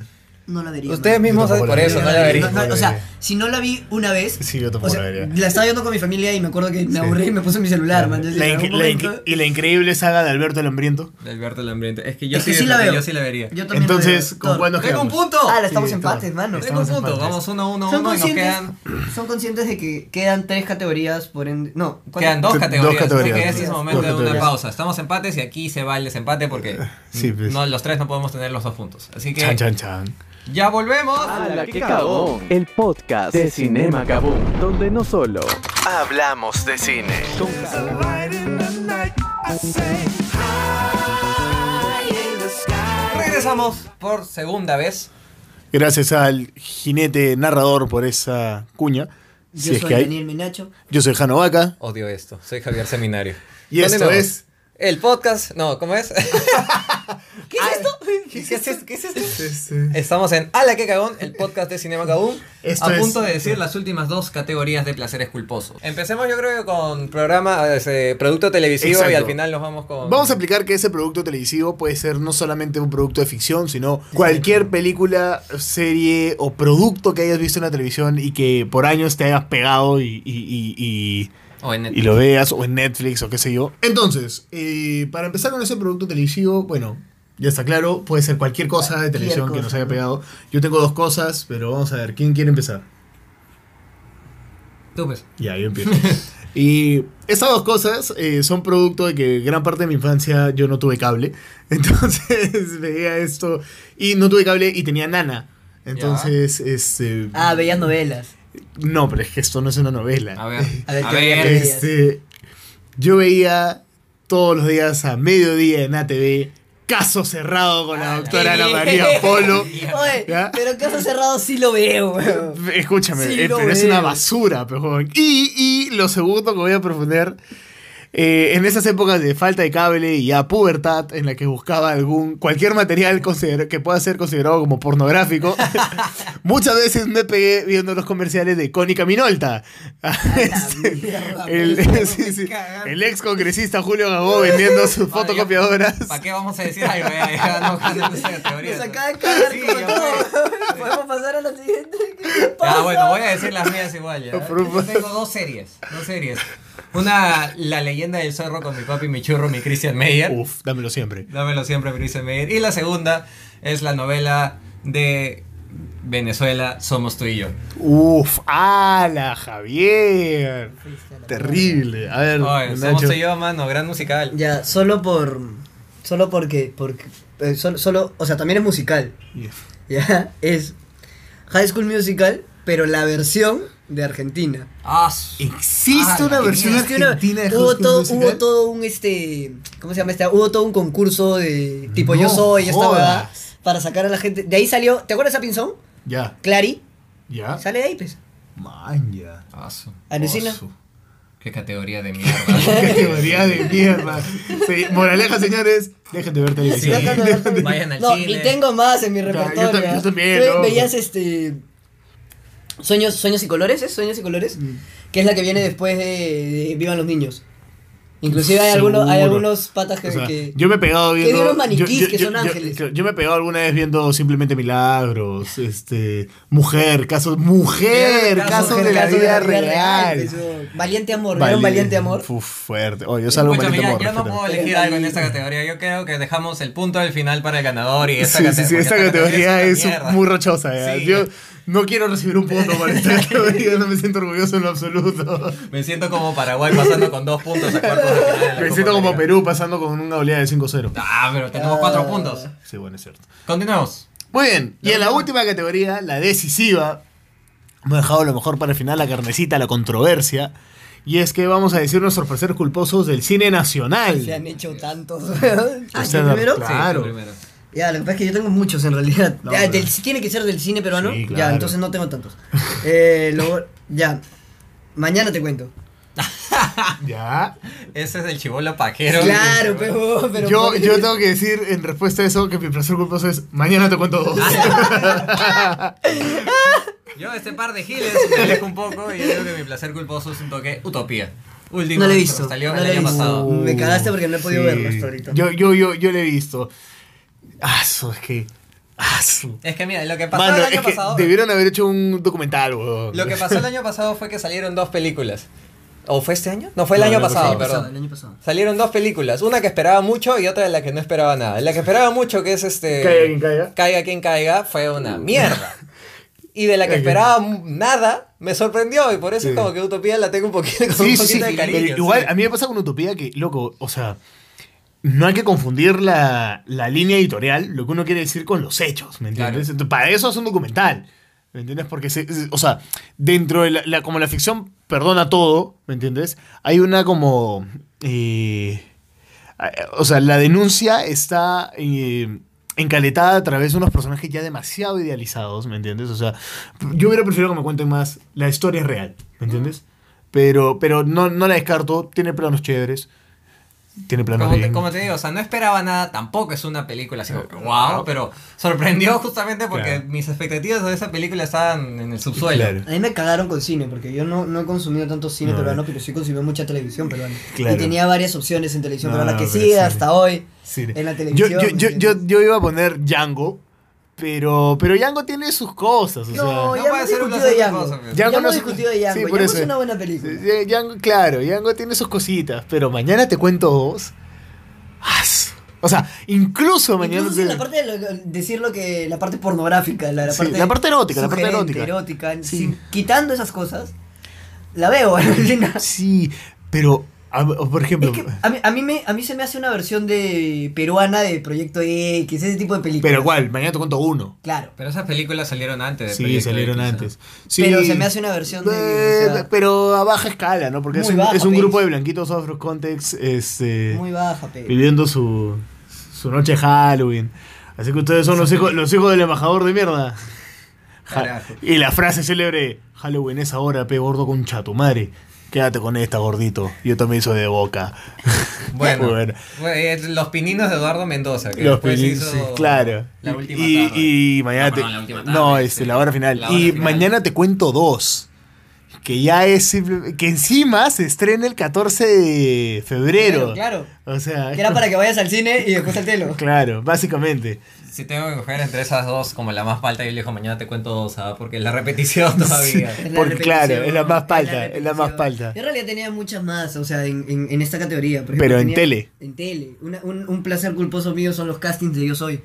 No la vería.
Ustedes
mano.
mismos,
tampoco
por
la
eso,
vi.
no la vería.
No, no,
No la
o sea,
vería.
si no la vi una vez.
Sí, yo
o
tampoco
sea,
la vería.
la estaba viendo con mi familia y me acuerdo que me aburrí y me puse mi celular, man. Entonces,
La
en
inc-
algún
la
momento-
inc- y la increíble saga de Alberto el Hambriento.
De Alberto el Hambriento. Es que yo
Es
sí,
que sí la
definitivamente,
veo.
yo sí la vería.
Yo también
Entonces,
la veo.
¿con
Thor.
cuál nos
¡Tengo un
quedamos?
punto!
Ah, la estamos
Sí,
empates,
Thor.
mano.
¡Tengo un
estamos
punto!
empates.
Vamos uno, uno,
¿Son
uno y nos
conscientes,
quedan.
son conscientes de que quedan tres categorías por ende. No, ¿cuántas?
Quedan dos
Dos
categorías.
categorías.
Porque este es el
Dos
momento de una
categorías.
pausa. Estamos empates y aquí se va el desempate porque
Sí, pues.
no, los tres no podemos tener los dos puntos. Así que
Chan, chan, chan.
ya volvemos.
¡Hala, qué cagón! El podcast de Cinema Gabón, donde no solo
Hablamos de cine.
son cagón,
Regresamos por segunda vez.
Gracias al jinete narrador por esa cuña.
Yo
si es
soy
que hay.
Daniel Minacho.
Yo soy Jano Vaca.
Odio esto. Soy Javier Seminario.
Y esto
Continuamos.
es-
El podcast. No, ¿cómo es? ¿Qué
Ah,
es esto? ¿Qué es esto? ¿Qué es esto? Estamos en Ala que cagón, el podcast de Cinema Cagón.
Esto
A
es-
punto de decir las últimas dos categorías de placeres culposos. Empecemos, yo creo que con programa, eh, producto televisivo y
Exacto.
al final nos vamos con.
Vamos a explicar que ese producto televisivo puede ser no solamente un producto de ficción, sino cualquier película, serie o producto que hayas visto en la televisión y que por años te hayas pegado y, y- y- y-
O Oh, en
y lo veas o en Netflix o qué sé yo. Entonces, eh, para empezar con ese producto televisivo, bueno, ya está claro, puede ser cualquier cosa de
Cualquier
televisión que
cosa,
nos haya
¿no?
pegado. Yo tengo dos cosas, pero vamos a ver, ¿quién quiere empezar?
Tú, pues.
Ya, yo empiezo. y estas dos cosas eh, son producto de que gran parte de mi infancia yo no tuve cable. Entonces veía esto y no tuve cable y tenía nana. Entonces, este.
Ah, veías novelas.
No, pero es que esto no es una novela.
A ver.
A ver,
A
¿qué
ver.
veías?
Este, yo veía todos los días a mediodía en ATV Caso Cerrado con
Ah,
la doctora Ana María Polo.
Oye,
¿Ya?
pero caso cerrado sí lo veo, weón.
Escúchame,
Sí,
eh,
lo
pero es una
veo.
basura, pues, joven. Y, y lo segundo que voy a proponer, eh, en esas épocas de falta de cable y a pubertad, en la que buscaba algún cualquier material consider- que pueda ser considerado como pornográfico, muchas veces me pegué viendo los comerciales de Cónica Minolta. Este,
Ah, mierda,
el,
pues, no
sí, sí,
cagas.
el ex congresista Julio Gagó vendiendo sus
Bueno, ya-
fotocopiadoras.
¿Para qué vamos a decir algo? Ya, ya, no, ya, no, esa categoría.
Nos acaba de cagar
Sí,
con
ya
todo. Podemos pasar a la siguiente. ¿Qué
Ya,
pasa?
bueno, voy a decir las mías igual. ¿ya?
Por un-
Yo tengo dos series. Dos series. Una, La leyenda del zorro con mi papi, mi churro, mi Christian Meyer.
Uf, dámelo siempre.
Dámelo siempre, mi Christian Meyer. Y la segunda es la novela de Venezuela, Somos tú y yo.
Uf, ala, Javier. Terrible. A ver,
Oye, somos
Nacho.
tú y yo, mano, gran musical.
Ya, solo por. Solo porque. porque eh, solo, solo- o sea, también es musical. Ya, es High School Musical, pero la versión de Argentina.
Ah, su-
Existe
Ah,
una
la
versión
Existe una-
argentina de High
hubo
School
todo,
Musical?
hubo todo un este. ¿Cómo se llama esta? Hubo todo un concurso de tipo
No
yo soy, esta
jodas.
huevada. Para sacar a la gente. De ahí salió. ¿Te acuerdas a Pinzón?
Ya,
Clary.
ya.
Sale de ahí, pues.
Man, ya.
ah, su-
Alucina.
Oso.
Qué categoría de mierda.
Categoría de mierda. Sí, moraleja, señores, déjenme ver
Sí.
televisión.
Déjate ver también.
Vayan al
no,
cine.
y tengo más en mi
Claro, yo
repertorio.
también- yo también,
Ve-
¿no?
Veías este. Sueños, sueños y colores, ¿es? Sueños y colores.
Mm.
Que es la que viene después de, de Vivan los niños. Inclusive hay algunos, hay
Seguro.
algunos patas que.
O sea,
que-
yo me he pegado
que
viendo.
dieron maniquís
yo- yo-
que
yo-
son
yo-
ángeles.
Yo, me he pegado alguna vez viendo simplemente milagros. Este. Mujer, casos. Mujer,
Casos-
casos
Mujer,
de la
casos
vida
vida real,
real.
pues, oh. Valiente amor, ¿vieron Valiente amor.
Uf, fuerte. Oye, yo salgo
Escúchame,
valiente
ya,
amor.
yo no
respétame.
puedo elegir algo en esta categoría. Yo creo que dejamos el punto del final para el ganador y esta
sí, sí,
categoría.
sí, esta
porque
categoría es
una mierda.
muy rochosa. ya.
Sí.
Yo no quiero recibir un punto para esta categoría, no me siento orgulloso en lo absoluto.
Me siento como Paraguay pasando con dos puntos a cuartos de final. de la
Me
Copa
siento como
América.
Perú pasando con una oleada de 5-0.
Ah, pero tenemos cuatro puntos.
Sí, bueno, es cierto.
Continuemos.
Muy bien, y en la última categoría, la decisiva, hemos dejado a lo mejor para el final la carnecita, la controversia, y es que vamos a decir nuestros placeres culposos del cine nacional.
Se han hecho tantos.
O
ah,
sea,
¿el primero?
claro.
Sí, tú primero.
Ya, lo que pasa es que yo tengo muchos en realidad.
No,
Ya,
pero-
del- tiene que ser del cine peruano.
Sí, claro.
Ya, entonces no tengo tantos. Eh, luego, ya. Mañana te cuento.
Ya.
Ese es el chivolo pajero.
Claro, pero, pero
yo,
por-
yo tengo que decir en respuesta a eso que mi placer culposo es mañana te cuento
Ah,
dos.
Yo este par de giles me alejo un poco y yo digo que mi placer culposo es un toque utopía. Último,
No lo he visto.
Salió
no
el
lo he
año
visto.
pasado.
Me cagaste porque no he podido verlo hasta ahorita.
Yo, yo, yo, yo lo he visto. Aso, es que. Aso.
Es que mira, lo que pasó
Mano,
el
es
año
que
pasado.
debieron haber hecho un documental, weón.
Lo que pasó el año pasado fue que salieron dos películas. ¿O fue este año? No, fue el
No,
año
el año
pasado,
pasado.
perdón.
El año pasado.
Salieron dos películas, una que esperaba mucho y otra de la que no esperaba nada. La que esperaba mucho, que es este...
Caiga quien caiga.
Caiga quien caiga, fue una mierda. Y de la que esperaba mu- nada, me sorprendió y por eso
Sí.
como que Utopía la tengo un poquito, con un
Sí, sí,
poquito
sí.
de cariño.
Pero igual,
sí.
a mí me pasa con Utopía que, loco, o sea, no hay que confundir la, la línea editorial, lo que uno quiere decir con los hechos, ¿me entiendes? Para eso es un documental, ¿me entiendes? Porque, se- se- o sea, dentro de la, la- como la ficción perdona todo, ¿me entiendes? Hay una como... eh, a- o sea, la denuncia está eh, encaletada a través de unos personajes ya demasiado idealizados, ¿me entiendes? O sea, yo hubiera preferido que me cuenten más. La historia es real, ¿me entiendes? Pero, pero no, no la descarto. Tiene planos chéveres. Tiene planos
Como te,
bien.
como te digo, o sea, no esperaba nada, tampoco es una película así, wow, pero sorprendió justamente porque
Eh, Claro.
mis expectativas de esa película estaban en el subsuelo.
Claro.
A mí me cagaron con cine, porque yo no, no he consumido tanto cine
No. eh.
peruano, pero sí consumí mucha televisión peruana.
Claro.
Y tenía varias opciones en televisión
No,
peruana que
pero
sigue
sí.
hasta hoy
Sí.
en la
yo, yo,
televisión.
yo,
¿me
yo,
entiendes?
yo iba a poner Django. Pero, pero Django tiene sus cosas. O
No,
sea,
No
ya
puede
hemos
ser
discutido de
un placer
Django.
culposo, pues.
Ya
no es-
hemos discutido de Django.
Sí, por
Django
eso.
es una buena película.
Sí, eh, Django, claro, Django tiene sus cositas. Pero mañana te cuento dos. ¡As! O sea, incluso mañana.
Incluso
te-
en la parte de lo- decir lo que la parte pornográfica, la, la
Sí,
parte
la parte erótica, la parte
sugerente,
erótica.
erótica,
Sí.
sin- quitando esas cosas, la veo. es
Sí, pero. a- por ejemplo.
que a mí, a mí me a mí se me hace una versión de peruana de Proyecto X, ese tipo de películas.
Pero cuál, mañana te cuento uno.
Claro.
Pero esas películas salieron antes. de
Sí,
Proyecto
salieron
X, ¿no?
antes. Sí.
Pero se me hace una versión de-
Eh,
o sea-
pero a baja escala, ¿no? Porque es
Muy
un,
baja,
es un
pues.
grupo de blanquitos afro context este,
Muy baja, pero.
viviendo su, su noche de Halloween. Así que ustedes son los hijos, los hijos del embajador de mierda. Ja-
Carajo.
y la frase célebre, Halloween es ahora, pe gordo con chatumare. Quédate con esta, gordito. Yo también soy de boca.
Bueno,
Bueno.
bueno, eh, los pininos de Eduardo Mendoza. Que
Los
después
Pelín,
hizo
sí, claro.
La última
y,
tarde.
y mañana
No,
te,
perdón, la última
no,
tarde,
este,
sí.
la hora final.
La hora
y
final.
mañana te cuento dos. Que ya es simple- que encima se estrena el 14 de febrero.
Claro, claro.
O sea,
Que era para que vayas al cine y después al telo.
claro, básicamente.
Si tengo que coger entre esas dos, como la más falta, yo le digo, mañana te cuento dos, ¿ah? porque la repetición todavía.
Es la
Porque,
repetición,
claro, es la más palta, es la más
repetición.
palta.
Yo en realidad tenía muchas más, o sea, en, en- en esta categoría. por ejemplo,
Pero en
tenía-
tele.
En tele. Una- un, un placer culposo mío son los castings de Yo Soy.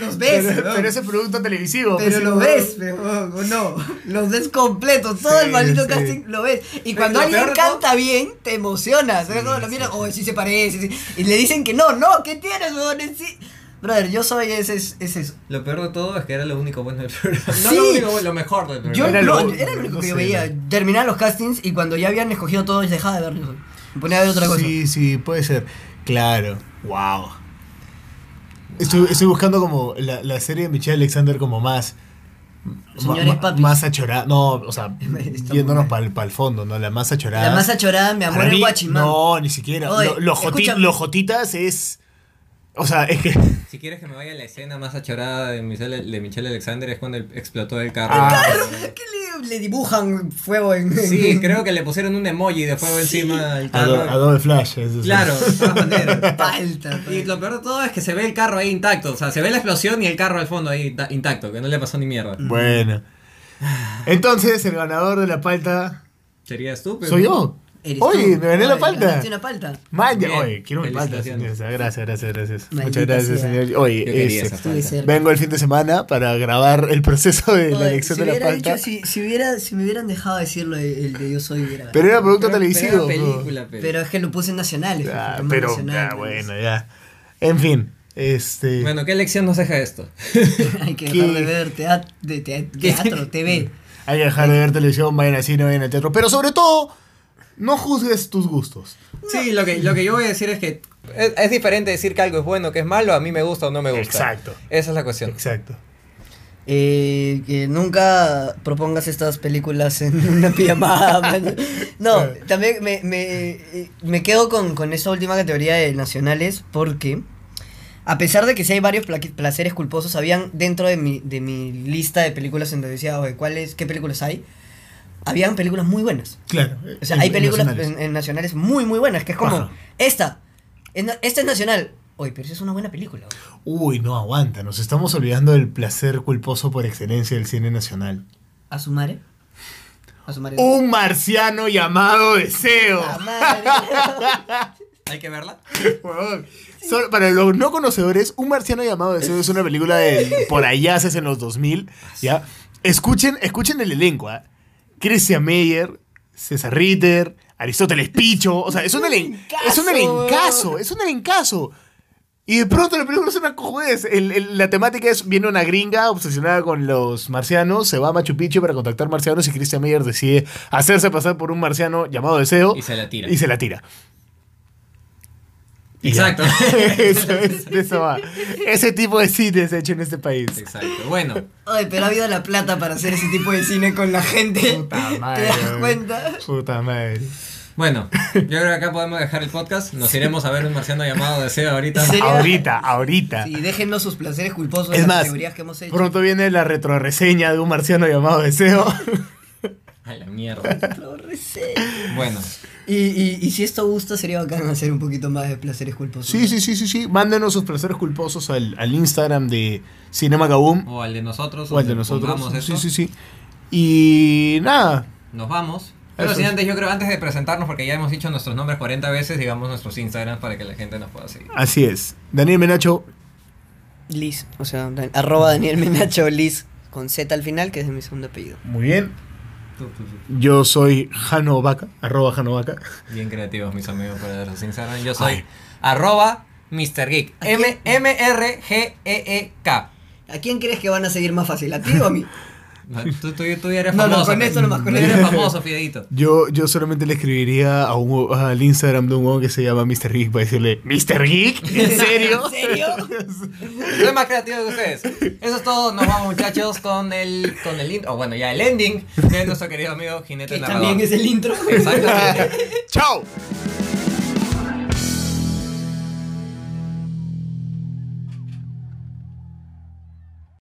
los ves,
Pero,
¿no?
pero ese producto televisivo.
Pero
pues,
lo
sí,
ves, pero oh, no, los ves completos, todo
Sí,
el maldito
sí.
casting lo ves. Y cuando
lo
alguien
peor de todo-
canta bien, te emocionas. ¿sabes? Cuando lo miras, oh, sí se parece. sí". Y le dicen que no, no, ¿qué tienes, weón? En sí. Brother, yo soy ese, es eso.
Lo peor de todo es que era lo único bueno del programa. No
Sí.
lo único bueno, lo mejor del
Yo
programa.
no,
Era
era,
lo-
lo único
no
que yo
sé,
veía. Terminaba los castings y cuando ya habían escogido todo, yo dejaba de verlos. Me ponía a ver otra cosa.
Sí, sí, puede ser. Claro. Wow. Estoy, estoy buscando como la, la serie de Michelle Alexander como más.
Señores papis.
Más achorada. No, o sea,
Está
yéndonos
muy
para el, fondo, ¿no? La más achorada.
La más achorada, mi amor,
Para
el
mí,
guachimán.
No, ni siquiera.
Oye,
Lo- los, joti-
escúchame.
los Jotitas es. O sea, es que.
Si quieres que me vaya a la escena más achorada de Michelle, de Michelle Alexander es cuando el- explotó el carro.
Ah.
¿Qué le, le dibujan fuego en.?
Sí, creo que le pusieron un emoji de fuego encima al carro.
Ado- Adobe Flash. eso sí.
Claro, de todas maneras.
Falta.
Y
falta.
lo peor de todo es que se ve el carro ahí intacto. O sea, se ve la explosión y el carro al fondo ahí ta- intacto, que no le pasó ni mierda.
Mm. Bueno. Entonces, el ganador de la palta.
Sería estúpido.
Soy yo.
Eres
Oye,
tú.
me gané la
Oye,
palta.
ganaste una palta.
Man, ya-
Bien,
oye, quiero mi palta,
felicitaciones.
señor. Gracias, gracias, gracias.
Maldita
Muchas gracias,
sea.
señor.
Yo
Oye,
quería
este,
esa
Estuve
falta.
cerca.
vengo el fin de semana para grabar el proceso de la
Oye,
elección
si
de la
hubiera
palta.
dicho- si, si hubiera, si me hubieran dejado decirlo, el de Yo Soy hubiera
Pero era producto
Pero- pero
televisivo.
era
bro.
película, pero.
Pero es que lo puse en nacionales.
Ah,
porque tomé
pero,
nacionales.
ah, bueno, ya. En fin, este.
Bueno, ¿qué lección nos deja esto?
Hay que
¿Qué?
dejar de ver teat- de teat- teatro, TV.
Hay que dejar de ver televisión, vayan al cine, vayan al teatro. Pero sobre todo, no juzgues tus gustos.
Sí, lo que, lo que yo voy a decir es que es, es diferente decir que algo es bueno o que es malo, a mí me gusta o no me gusta.
Exacto.
Esa es la cuestión.
Exacto.
eh, que nunca propongas estas películas en una pijamada. man. no, también me, me, me quedo con, con esta última categoría de nacionales porque, a pesar de que sí hay varios plaqui- placeres culposos, habían dentro de mi, de mi lista de películas en donde decía, oye, ¿cuáles, ¿qué películas hay? Habían películas muy buenas.
Claro. eh,
O sea,
en-
hay
en
películas en- en
nacionales.
nacionales. muy, muy buenas, que es como,
Ajá.
esta, es na- esta es nacional. Oye, pero esa es una buena película. oye.
Uy, no aguanta. Nos estamos olvidando del placer culposo por excelencia del cine nacional.
¿A su madre? ¿A su madre?
Un marciano llamado Deseo.
¡La madre!
Hay que verla.
Huevón. Solo- para los no conocedores, Un marciano llamado Deseo es una película de por allá haces en los 2000, ¿ya? Escuchen, escuchen el elenco, ¿ah? Crecia Meyer, César Ritter, Aristóteles Picho, o sea, es un elen- es un elencazo, es un elencazo. Y de pronto la película es una cojudez. El- el- la temática es, viene una gringa obsesionada con los marcianos, se va a Machu Picchu para contactar marcianos y Christian Meyer decide hacerse pasar por un marciano llamado Deseo
Y se la tira.
y se la tira. Y ya.
Exacto.
eso, es, de eso va. Ese tipo de cine se ha hecho en este país.
Exacto. Bueno,
Ay, pero ha habido la plata para hacer ese tipo de cine con la gente.
Puta madre.
¿Te das
güey.
cuenta?
Puta madre.
bueno. Yo creo que acá podemos dejar el podcast. Nos iremos a ver un marciano llamado Deseo ahorita.
Sí. Sería-
Ahorita, ahorita.
Sí, déjenos sus placeres culposos en
Es
las
más,
categorías que hemos hecho.
pronto viene la retroreseña de un marciano llamado Deseo.
A la mierda.
Lo recé.
Bueno.
Y, y, y si esto gusta, sería bacán hacer un poquito más de placeres culposos.
Sí, sí, sí, sí, sí. Mándenos sus placeres culposos al, al Instagram de Cinema Kaboom
O al de nosotros.
o al de
donde
nosotros.
pongamos
Sí, sí,
esto.
sí. Y nada.
Nos vamos. Pero
Eso
sin
es.
antes, yo creo, antes de presentarnos, porque ya hemos dicho nuestros nombres 40 veces, digamos nuestros Instagrams para que la gente nos pueda seguir.
Así es. Daniel Menacho,
Liz, o sea, Dan- arroba Daniel Menacho Liz con Z al final, que es mi segundo apellido.
muy bien. Yo soy Jano Vaca, arroba Jano Vaca.
Bien creativos, mis amigos, para los Instagram. Yo soy arroba Mr. Geek. E M-M-R-G-E-E-K.
¿A quién crees que van a seguir más fácil? ¿A ti o a mí?
Tú, tú, tú ya eres
No, no,
famoso.
con esto nomás, con
Tú
esto.
eres famoso, Fiedito.
Yo, yo solamente le escribiría a un, al Instagram de un huevón que se llama Mr. Geek para decirle, ¿Mr. Geek? ¿En serio?
¿En serio?
Soy más creativo que ustedes. Eso es todo. Nos vamos, muchachos, con el, con el intro. O bueno, ya el ending de nuestro querido amigo Jinete
que
Narrador.
también es el intro.
Exactamente.
¡Chao!